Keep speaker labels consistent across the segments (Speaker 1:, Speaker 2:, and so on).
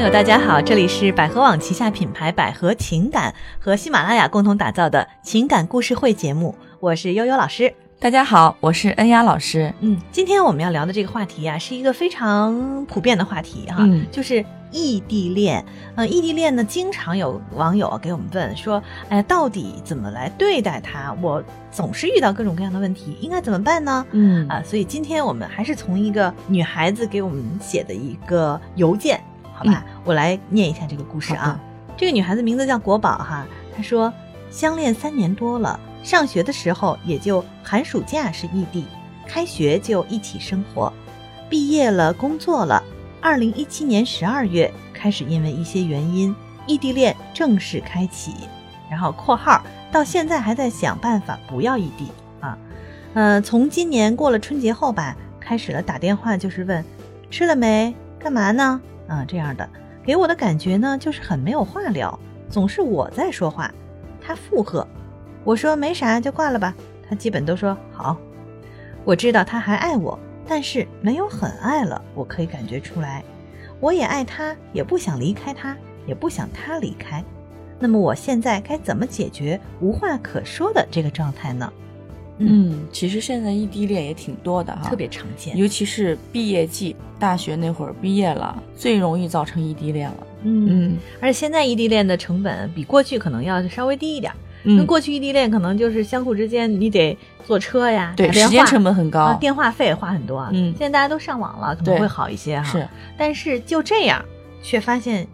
Speaker 1: 友大家好，这里是百合网旗下品牌百合情感和喜马拉雅共同打造的情感故事会节目，我是悠悠老师。
Speaker 2: 大家好，我是恩雅老师。
Speaker 1: 嗯，今天我们要聊的这个话题呀、是一个非常普遍的话题哈、
Speaker 2: 嗯
Speaker 1: 就是异地恋。呃，异地恋呢，经常有网友啊给我们问说，哎，到底怎么来对待它？我总是遇到各种各样的问题，应该怎么办呢？
Speaker 2: 嗯
Speaker 1: 啊，所以今天我们还是从一个女孩子给我们写的一个邮件，好吧，我来念一下这个故事
Speaker 2: 嗯好
Speaker 1: 啊
Speaker 2: 的。
Speaker 1: 这个女孩子名字叫国宝哈，她说相恋三年多了，上学的时候也就寒暑假是异地，开学就一起生活，毕业了工作了，二零一七年十二月开始因为一些原因，异地恋正式开启。然后（括号）到现在还在想办法不要异地啊。嗯、从今年过了春节后吧，开始了打电话就是问吃了没，干嘛呢？啊，这样的，给我的感觉呢就是很没有话聊，总是我在说话，他附和，我说没啥就挂了吧，他基本都说好。我知道他还爱我，但是没有很爱了，我可以感觉出来。我也爱他，也不想离开他，也不想他离开。那么我现在该怎么解决无话可说的这个状态呢？
Speaker 2: 嗯，其实现在异地恋也挺多的哈，
Speaker 1: 特别常见。
Speaker 2: 尤其是毕业季，大学那会儿毕业了，最容易造成异地恋了。
Speaker 1: 嗯，
Speaker 2: 嗯
Speaker 1: 而且现在异地恋的成本比过去可能要稍微低一点儿，因为
Speaker 2: 嗯，
Speaker 1: 过去异地恋可能就是相互之间你得坐车呀，
Speaker 2: 对，
Speaker 1: 打电
Speaker 2: 时
Speaker 1: 话
Speaker 2: 间成本很
Speaker 1: 啊，
Speaker 2: 高。
Speaker 1: 电话费也花很多啊。
Speaker 2: 嗯
Speaker 1: 现在大家都上网了，可能
Speaker 2: 对
Speaker 1: 会好一些哈。
Speaker 2: 是，
Speaker 1: 但是就这样，却发现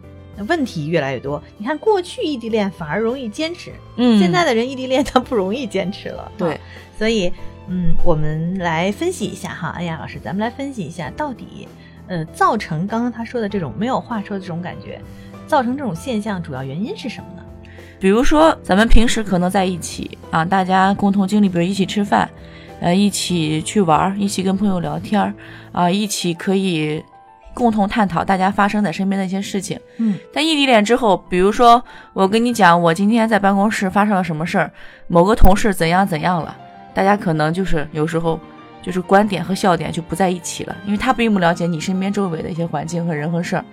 Speaker 1: 问题越来越多。你看，过去异地恋反而容易坚持，
Speaker 2: 嗯，
Speaker 1: 现在的人异地恋他不容易坚持了。
Speaker 2: 对
Speaker 1: 啊，所以嗯，我们来分析一下哈，哎呀，老师，咱们来分析一下到底呃，造成刚刚他说的这种没有话说的这种感觉，造成这种现象主要原因是什么呢？
Speaker 2: 比如说咱们平时可能在一起啊，大家共同经历，比如一起吃饭，呃，一起去玩儿，一起跟朋友聊天儿，啊、一起可以共同探讨大家发生在身边的一些事情。
Speaker 1: 嗯，
Speaker 2: 但异地恋之后，比如说我跟你讲，我今天在办公室发生了什么事儿，某个同事怎样怎样了，大家可能就是有时候就是观点和笑点就不在一起了，因为他并不了解你身边周围的一些环境和人和事儿，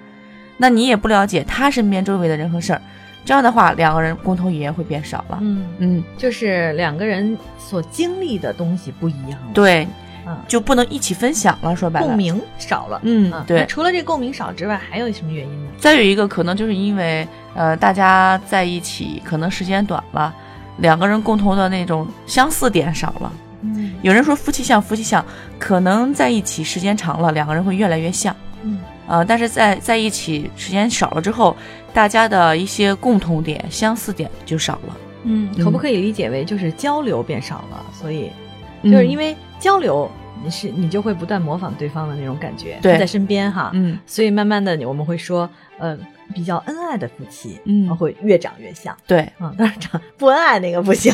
Speaker 2: 那你也不了解他身边周围的人和事儿，这样的话，两个人共同语言会变少了。
Speaker 1: 嗯，
Speaker 2: 嗯，
Speaker 1: 就是两个人所经历的东西不一样了，，
Speaker 2: 对，
Speaker 1: 嗯，
Speaker 2: 就不能一起分享了，说白了
Speaker 1: 共。鸣少了。
Speaker 2: 嗯
Speaker 1: 啊，那
Speaker 2: 对。
Speaker 1: 除了这共鸣少之外，还有什么原因呢？
Speaker 2: 再有一个可能就是因为呃大家在一起可能时间短了，两个人共同的那种相似点少了。
Speaker 1: 嗯
Speaker 2: 有人说夫妻相，夫妻相，可能在一起时间长了，两个人会越来越像。
Speaker 1: 嗯
Speaker 2: 呃，但是在在一起时间少了之后，大家的一些共同点、相似点就少了，
Speaker 1: 嗯，可不
Speaker 2: 嗯
Speaker 1: 可以理解为就是交流变少了？所以就是因
Speaker 2: 为
Speaker 1: 为交流，你是你就会不断模仿对方的那种感觉，
Speaker 2: 对
Speaker 1: 他在身边哈，
Speaker 2: 嗯
Speaker 1: 所以慢慢的我们会说，呃，比较恩爱的夫妻，
Speaker 2: 嗯
Speaker 1: 会越长越像。
Speaker 2: 对
Speaker 1: 嗯，但是长不恩爱那个不 行，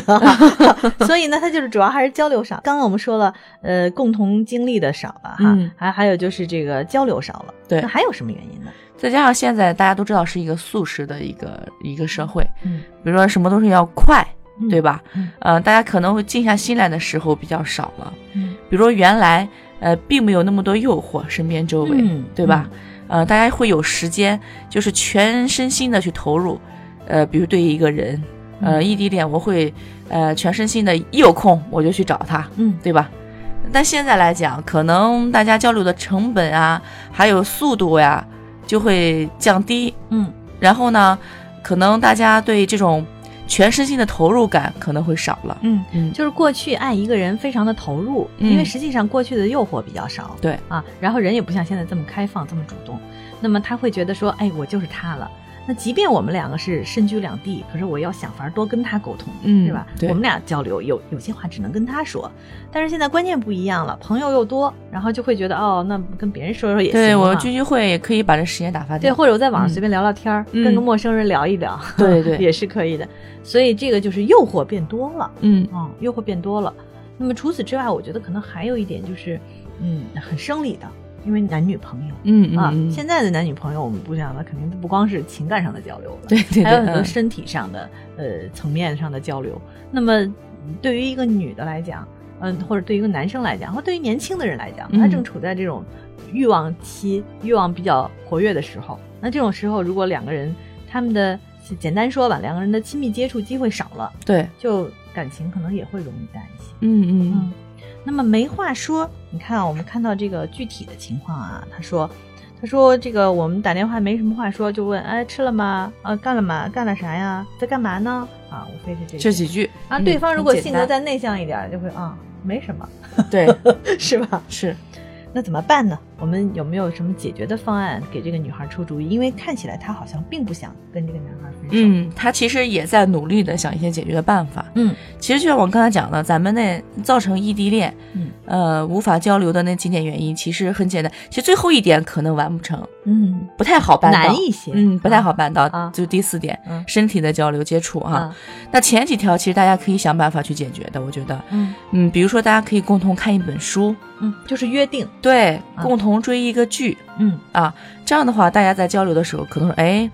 Speaker 1: 所以呢，他就是主要还是交流少。刚刚我们说了，呃，共同经历的少了哈，
Speaker 2: 嗯
Speaker 1: 还还有就是这个交流少了，
Speaker 2: 对
Speaker 1: 那还有什么原因呢？
Speaker 2: 再加上现在大家都知道是一个速食的一个一个社会，
Speaker 1: 嗯，
Speaker 2: 比如说什么东西要快，对
Speaker 1: 吧？
Speaker 2: 吧？
Speaker 1: 嗯
Speaker 2: 呃，大家可能会静下心来的时候比较少了。
Speaker 1: 嗯
Speaker 2: 比如说原来呃并没有那么多诱惑，身边周围，
Speaker 1: 嗯
Speaker 2: 对吧？呃，大家会有时间，就是全身心的去投入，呃，比如对一个人，呃，
Speaker 1: 嗯
Speaker 2: 异地恋我会呃全身心的，一有空我就去找他，
Speaker 1: 嗯
Speaker 2: 对吧？但现在来讲，可能大家交流的成本啊，还有速度呀、就会降低。
Speaker 1: 嗯
Speaker 2: 然后呢，可能大家对这种全身心的投入感可能会少了。
Speaker 1: 嗯。
Speaker 2: 嗯，
Speaker 1: 就是过去爱一个人非常的投入，
Speaker 2: 嗯
Speaker 1: 因为实际上过去的诱惑比较少，
Speaker 2: 对
Speaker 1: 啊，然后人也不像现在这么开放、这么主动，那么他会觉得说，哎，我就是他了。那即便我们两个是身居两地，可是我要想法儿多跟他沟通，
Speaker 2: 嗯
Speaker 1: 是吧？
Speaker 2: 对
Speaker 1: 我们俩交流有有些话只能跟他说，但是现在观念不一样了，朋友又多，然后就会觉得哦，那跟别人说说也行啊
Speaker 2: 对我
Speaker 1: 嘛
Speaker 2: 聚聚会也可以把这时间打发
Speaker 1: 对，
Speaker 2: 掉。
Speaker 1: 或者我在网上
Speaker 2: 嗯
Speaker 1: 随便聊聊天儿，
Speaker 2: 嗯
Speaker 1: 跟个陌生人聊一聊，
Speaker 2: 对 对
Speaker 1: 也是可以的。所以这个就是诱惑变多了。
Speaker 2: 嗯
Speaker 1: 嗯，诱惑变多了。那么除此之外，我觉得可能还有一点就是，嗯，很生理的，因为男女朋友、
Speaker 2: 嗯嗯
Speaker 1: 啊，
Speaker 2: 嗯，
Speaker 1: 现在的男女朋友我们不讲了，肯定不光是情感上的交流了，
Speaker 2: 对对对，
Speaker 1: 还有很多
Speaker 2: 嗯
Speaker 1: 身体上的、呃层面上的交流。那么嗯对于一个女的来讲，嗯，或者对于一个男生来讲，或对于年轻的人来讲，
Speaker 2: 嗯
Speaker 1: 他正处在这种欲望期、欲望比较活跃的时候。那这种时候，如果两个人他们的简单说吧，两个人的亲密接触机会少了，
Speaker 2: 对，
Speaker 1: 就感情可能也会容易淡一些。
Speaker 2: 嗯
Speaker 1: 嗯，那么没话说，你看啊，我们看到这个具体的情况啊，他说，他说这个我们打电话没什么话说，就问，哎，吃了吗？啊，干了吗？干了啥呀？在干嘛呢？啊，无非是这些
Speaker 2: 这几句
Speaker 1: 啊，
Speaker 2: 嗯
Speaker 1: 对方如果
Speaker 2: 很简
Speaker 1: 性格 再
Speaker 2: 单
Speaker 1: 内向一点，就会啊，没什么，
Speaker 2: 对
Speaker 1: 是吧？
Speaker 2: 是，
Speaker 1: 那怎么办呢？我们有没有什么解决的方案给这个女孩出主意？因为看起来她好像并不想跟这个男孩分手。
Speaker 2: 嗯，他其实也在努力的想一些解决的办法。
Speaker 1: 嗯
Speaker 2: 其实就像我刚才讲的，咱们那造成异地恋，
Speaker 1: 嗯
Speaker 2: 呃，无法交流的那几点原因，其实很简单。其实最后一点可能完不成，
Speaker 1: 嗯，
Speaker 2: 不太好办到，
Speaker 1: 难一些，
Speaker 2: 嗯，不太好办到。
Speaker 1: 啊
Speaker 2: 就第四点，
Speaker 1: 嗯
Speaker 2: 身体的交流接触哈、
Speaker 1: 啊。
Speaker 2: 那前几条其实大家可以想办法去解决的，我觉得，
Speaker 1: 嗯
Speaker 2: 嗯，比如说大家可以共同看一本书，
Speaker 1: 嗯，就是约定，
Speaker 2: 对，
Speaker 1: 啊
Speaker 2: 共同追一个剧，
Speaker 1: 嗯
Speaker 2: 这样的话，大家在交流的时候可能说，哎。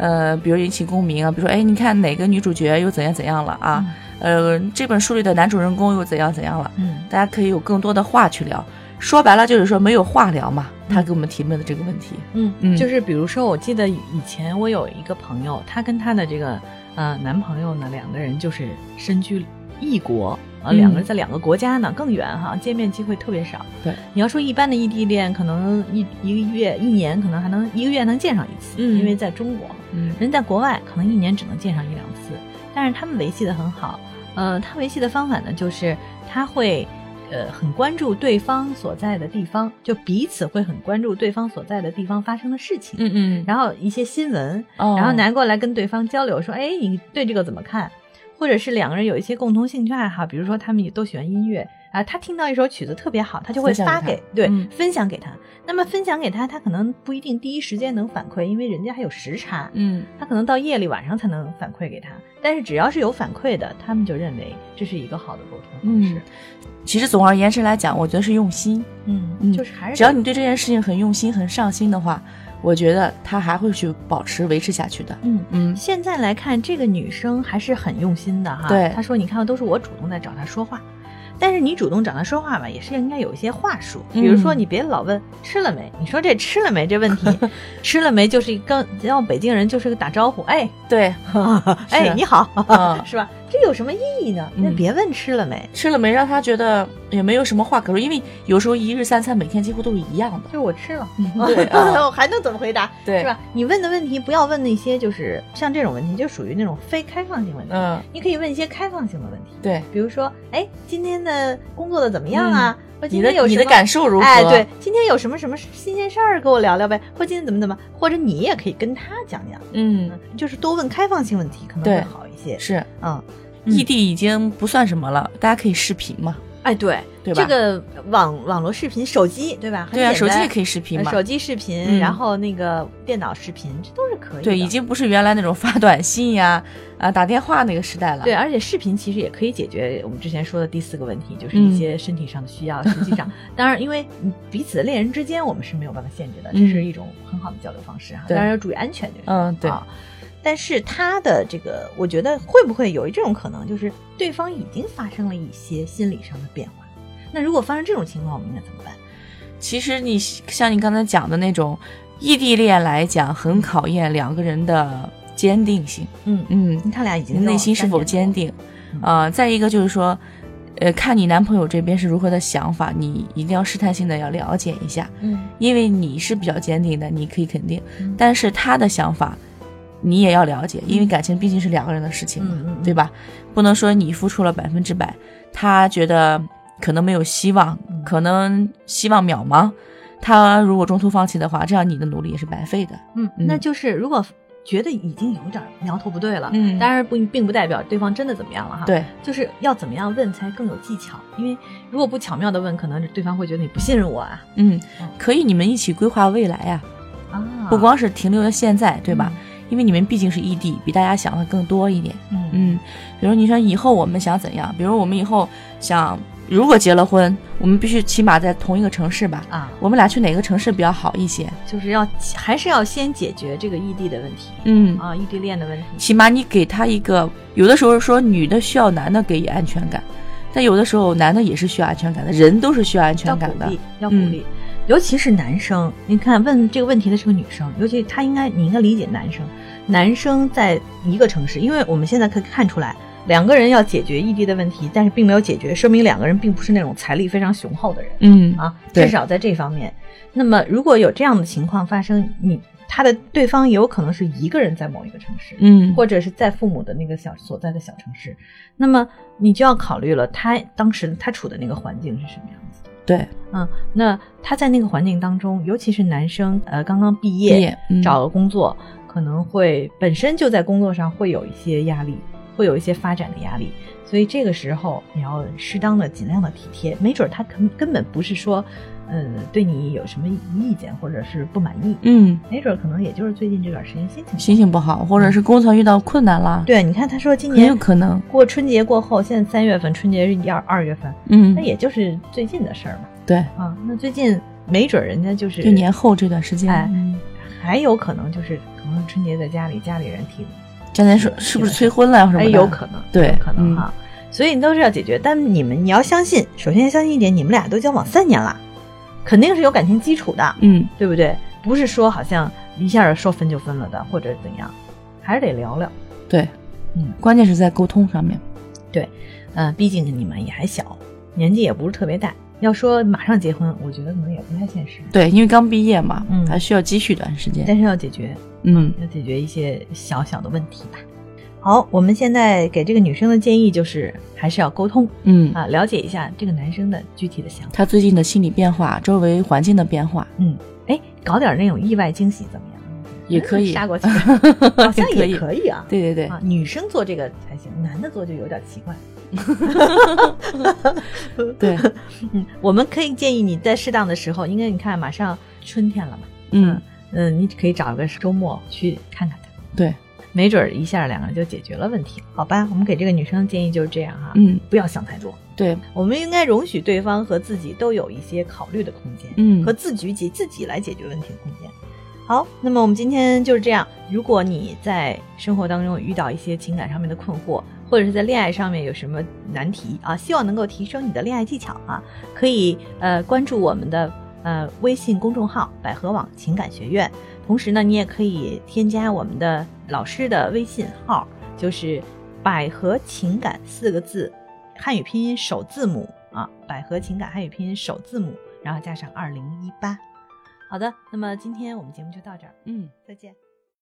Speaker 2: 呃，比如引起共鸣啊，比如说，哎，你看哪个女主角又怎样怎样了啊？呃，这本书里的男主人公又怎样怎样了？
Speaker 1: 嗯
Speaker 2: 大家可以有更多的话去聊。说白了就是说没有话聊嘛。他给我们提问的这个问题，
Speaker 1: 嗯嗯，
Speaker 2: 嗯
Speaker 1: 就是比如说，我记得以前我有一个朋友，她跟她的这个呃男朋友呢，两个人就是身居异国。啊，
Speaker 2: 嗯
Speaker 1: 两个人在两个国家呢，更远哈，见面机会特别少。
Speaker 2: 对，
Speaker 1: 你要说一般的异地恋，可能一一个月、一年，可能还能一个月能见上一次，
Speaker 2: 嗯
Speaker 1: 因为在中国嘛。
Speaker 2: 嗯
Speaker 1: 人在国外可能一年只能见上一两次，但是他们维系的很好。呃，他维系的方法呢，就是他会呃很关注对方所在的地方，就彼此会很关注对方所在的地方发生的事情，
Speaker 2: 嗯嗯，哦
Speaker 1: 然后一些新闻，
Speaker 2: 后
Speaker 1: 然后拿过来跟对方交流，说，哎，你对这个怎么看？或者是两个人有一些共同兴趣爱好，比如说他们也都喜欢音乐啊，他听到一首曲子特别好，他就会
Speaker 2: 分享给
Speaker 1: 发
Speaker 2: 他
Speaker 1: 给对、
Speaker 2: 嗯
Speaker 1: 分享给他。那么分享给他，他可能不一定第一时间能反馈，因为人家还有时差，
Speaker 2: 嗯
Speaker 1: 他可能到夜里晚上才能反馈给他。但是只要是有反馈的，他们就认为这是一个好的沟通方式
Speaker 2: 嗯。，其实总而言之来讲，我觉得是用心。
Speaker 1: 嗯
Speaker 2: 嗯
Speaker 1: 就是还是
Speaker 2: 只要你对这件事情很用心、很上心的话，我觉得他还会去保持维持下去的。
Speaker 1: 嗯。
Speaker 2: 嗯
Speaker 1: 现在来看，这个女生还是很用心的哈。
Speaker 2: 对
Speaker 1: 她说：“你看，都是我主动在找她说话，但是你主动找她说话吧，也是应该有一些话术，比如说
Speaker 2: 嗯
Speaker 1: 你别老问吃了没，你说这吃了没这问 题，吃了没就是一个，要北京人就是个打招呼， 哎，
Speaker 2: 对，
Speaker 1: 哎，你好，
Speaker 2: 嗯
Speaker 1: 是吧？这有什么意义呢？那
Speaker 2: 啊嗯
Speaker 1: 别问吃了没，
Speaker 2: 吃了没让他觉得也没有什么话可说，因为有时候一日三餐每天几乎都是一样的。
Speaker 1: 就我吃了。”
Speaker 2: 嗯对 啊，
Speaker 1: 我还能怎么回答？
Speaker 2: 对
Speaker 1: 是吧？你问的问题不要问那些就是像这种问题，就属于那种非开放性问题。
Speaker 2: 嗯，
Speaker 1: 你可以问一些开放性的问题，
Speaker 2: 对，
Speaker 1: 比如说，哎，今天的工作的怎么样啊？或今
Speaker 2: 嗯你的
Speaker 1: 天有什
Speaker 2: 你
Speaker 1: 么
Speaker 2: 的感受如何？啊
Speaker 1: 哎，对，，今天有什么什么新鲜事儿跟我聊聊呗，或今天怎么怎么，或者你也可以跟他讲讲，
Speaker 2: 嗯，
Speaker 1: 嗯，就是多问开放性问题可能
Speaker 2: 对
Speaker 1: 会好一些。
Speaker 2: 是。
Speaker 1: 嗯，嗯
Speaker 2: 异地已经不算什么了，大家可以视频嘛，
Speaker 1: 哎，对，
Speaker 2: 对吧？
Speaker 1: 这个网网络视频，手机对吧？很
Speaker 2: 对啊，
Speaker 1: 简
Speaker 2: 手
Speaker 1: 单
Speaker 2: 机也可以视频
Speaker 1: 呃
Speaker 2: 嘛。
Speaker 1: 手机视频，
Speaker 2: 嗯
Speaker 1: 然后那个电脑视频，这都是可以的。
Speaker 2: 对，已经不是原来那种发短信呀、啊、打电话那个时代了。
Speaker 1: 对，，啊而且视频其实也可以解决我们之前说的第四个问题，就是
Speaker 2: 嗯
Speaker 1: 一些身体上的需 要。实际上，当然，因为你彼此的恋人之间，我们是没有办法限制的，这
Speaker 2: 嗯
Speaker 1: 是一种很好的交流方式哈。
Speaker 2: 对
Speaker 1: 当然要注意安全，就是
Speaker 2: 嗯对
Speaker 1: 啊但是他的这个，我觉得会不会有一这种可能，就是对方已经发生了一些心理上的变化？那如果发生这种情况，我们应该怎么办？
Speaker 2: 其实你像你刚才讲的那种异地恋来讲，很考验两个人的坚定性。
Speaker 1: 嗯，
Speaker 2: 嗯，
Speaker 1: 他俩已经
Speaker 2: 你内心是否坚？定
Speaker 1: 嗯？
Speaker 2: 啊，再一个就是说，呃，看你男朋友这边是如何的想法，你一定要试探性的要了解一下，
Speaker 1: 嗯，
Speaker 2: 因为你是比较坚定的，你可以肯定，
Speaker 1: 嗯
Speaker 2: 但是他的想法。你也要了解，因为感情毕竟是两个人的事情嘛，
Speaker 1: 嗯嗯嗯
Speaker 2: 对吧？不能说你付出了百分之百，他觉得可能没有希望，
Speaker 1: 嗯
Speaker 2: 可能希望渺茫。他如果中途放弃的话，这样你的努力也是白费的。
Speaker 1: 嗯，那就是如果觉得已经有点苗头不对了，
Speaker 2: 嗯
Speaker 1: 当然不并不代表对方真的怎么样了哈。，
Speaker 2: 对，
Speaker 1: 就是要怎么样问才更有技巧，因为如果不巧妙的问，可能对方会觉得你不信任我啊
Speaker 2: 嗯
Speaker 1: 嗯，
Speaker 2: 可以，你们一起规划未来呀、
Speaker 1: 啊，
Speaker 2: 不光是停留在现在，对吧？？因为你们毕竟是异地，比大家想的更多一点。
Speaker 1: 嗯嗯
Speaker 2: 嗯，比如你说以后我们想怎样？比如我们以后想，如果结了婚，我们必须起码在同一个城市吧？
Speaker 1: 啊，
Speaker 2: 我们俩去哪个城市比较好一些？
Speaker 1: 就是要还是要先解决这个异地的问题、
Speaker 2: 嗯，
Speaker 1: 啊，异地恋的问题。
Speaker 2: 起码你给他一个，有的时候说女的需要男的给予安全感，但有的时候男的也是需要安全感的，人都是需要安全感的
Speaker 1: 要
Speaker 2: 嗯
Speaker 1: 鼓。励，要鼓励。尤其是男生，你看问这个问题的是个女生，尤其她应该你应该理解男生。男生在一个城市，因为我们现在可以看出来，两个人要解决异地的问题，但是并没有解决，说明两个人并不是那种财力非常雄厚的人
Speaker 2: 嗯
Speaker 1: 啊，
Speaker 2: 对
Speaker 1: 至少在这方面。那么如果有这样的情况发生，你他的对方也有可能是一个人在某一个城市，
Speaker 2: 嗯，
Speaker 1: 或者是在父母的那个小所在的小城市，那么你就要考虑了，他当时他处的那个环境是什么样子的。
Speaker 2: 对，
Speaker 1: 嗯，那他在那个环境当中，尤其是男生，呃，刚刚毕业
Speaker 2: 也嗯
Speaker 1: 找了工作，可能会本身就在工作上会有一些压力，会有一些发展的压力，所以这个时候你要适当的、尽量的体贴，没准他根根本不是说，呃，对你有什么意见或者是不满意，
Speaker 2: 嗯，
Speaker 1: 没准可能也就是最近这段时间心情不好
Speaker 2: 心情不好，或者是工作遇到困难啦，
Speaker 1: 对，你看他说今
Speaker 2: 很有
Speaker 1: 年
Speaker 2: 可能。
Speaker 1: 过春节过后，现在三月份，春节是一二二月份，
Speaker 2: 嗯
Speaker 1: 那，也就是最近的事儿嘛。
Speaker 2: 对，
Speaker 1: 啊，那最近没准儿人家就是
Speaker 2: 就年后这段时间，
Speaker 1: 哎
Speaker 2: 嗯
Speaker 1: 还有可能就是可能春节在家里，家里人提
Speaker 2: 家里说是不是催婚了什么
Speaker 1: 哎，
Speaker 2: 的？
Speaker 1: 有可能，
Speaker 2: 对
Speaker 1: 有可能哈、所以你都是要解决，但你们你要相信，首先相信一点，你们俩都交往三年了，肯定是有感情基础的，
Speaker 2: 嗯，
Speaker 1: 对不对？不是说好像一下儿说分就分了的，或者怎样，还是得聊聊。
Speaker 2: 对，
Speaker 1: 嗯
Speaker 2: 关键是在沟通上面。
Speaker 1: 呃，毕竟你们也还小，年纪也不是特别大。要说马上结婚，我觉得可能也不太现实，
Speaker 2: 对，因为刚毕业嘛，
Speaker 1: 嗯
Speaker 2: 还需要积蓄一段时间。
Speaker 1: 但是要解决，
Speaker 2: 嗯，
Speaker 1: 要解决一些小小的问题吧。好，我们现在给这个女生的建议就是，还是要沟通
Speaker 2: 嗯，
Speaker 1: 啊，了解一下这个男生的具体的想法。
Speaker 2: 他最近的心理变化，周围环境的变化，
Speaker 1: 哎，搞点那种意外惊喜怎么样？啊
Speaker 2: 也可 以
Speaker 1: 杀 过去，好像
Speaker 2: 也可以
Speaker 1: 也可以啊。
Speaker 2: 对对对，
Speaker 1: 啊，女生做这个才行，男的做就有点奇怪。
Speaker 2: 对，
Speaker 1: 嗯，我们可以建议你在适当的时候，应该你看马上春天了嘛，
Speaker 2: 嗯，
Speaker 1: 嗯，你可以找个周末去看看他，
Speaker 2: 对，
Speaker 1: 没准儿一下两个人就解决了问题了，好吧？我们给这个女生的建议就是这样哈、
Speaker 2: 嗯，
Speaker 1: 不要想太多，
Speaker 2: 对，
Speaker 1: 我们应该容许对方和自己都有一些考虑的空间，
Speaker 2: 嗯
Speaker 1: 和自己解自己来解决问题的空间。好，那么我们今天就是这样。如果你在生活当中遇到一些情感上面的困惑，或者是在恋爱上面有什么难题啊，希望能够提升你的恋爱技巧啊，可以呃关注我们的呃微信公众号“百合网情感学院”，同时呢，你也可以添加我们的老师的微信号，就是“百合情感”四个字，汉语拼音首字母啊，“百合情感”汉语拼音首字母，然后加上二零一八。好的，那么今天我们节目就到这儿，
Speaker 2: 嗯。
Speaker 1: 再见。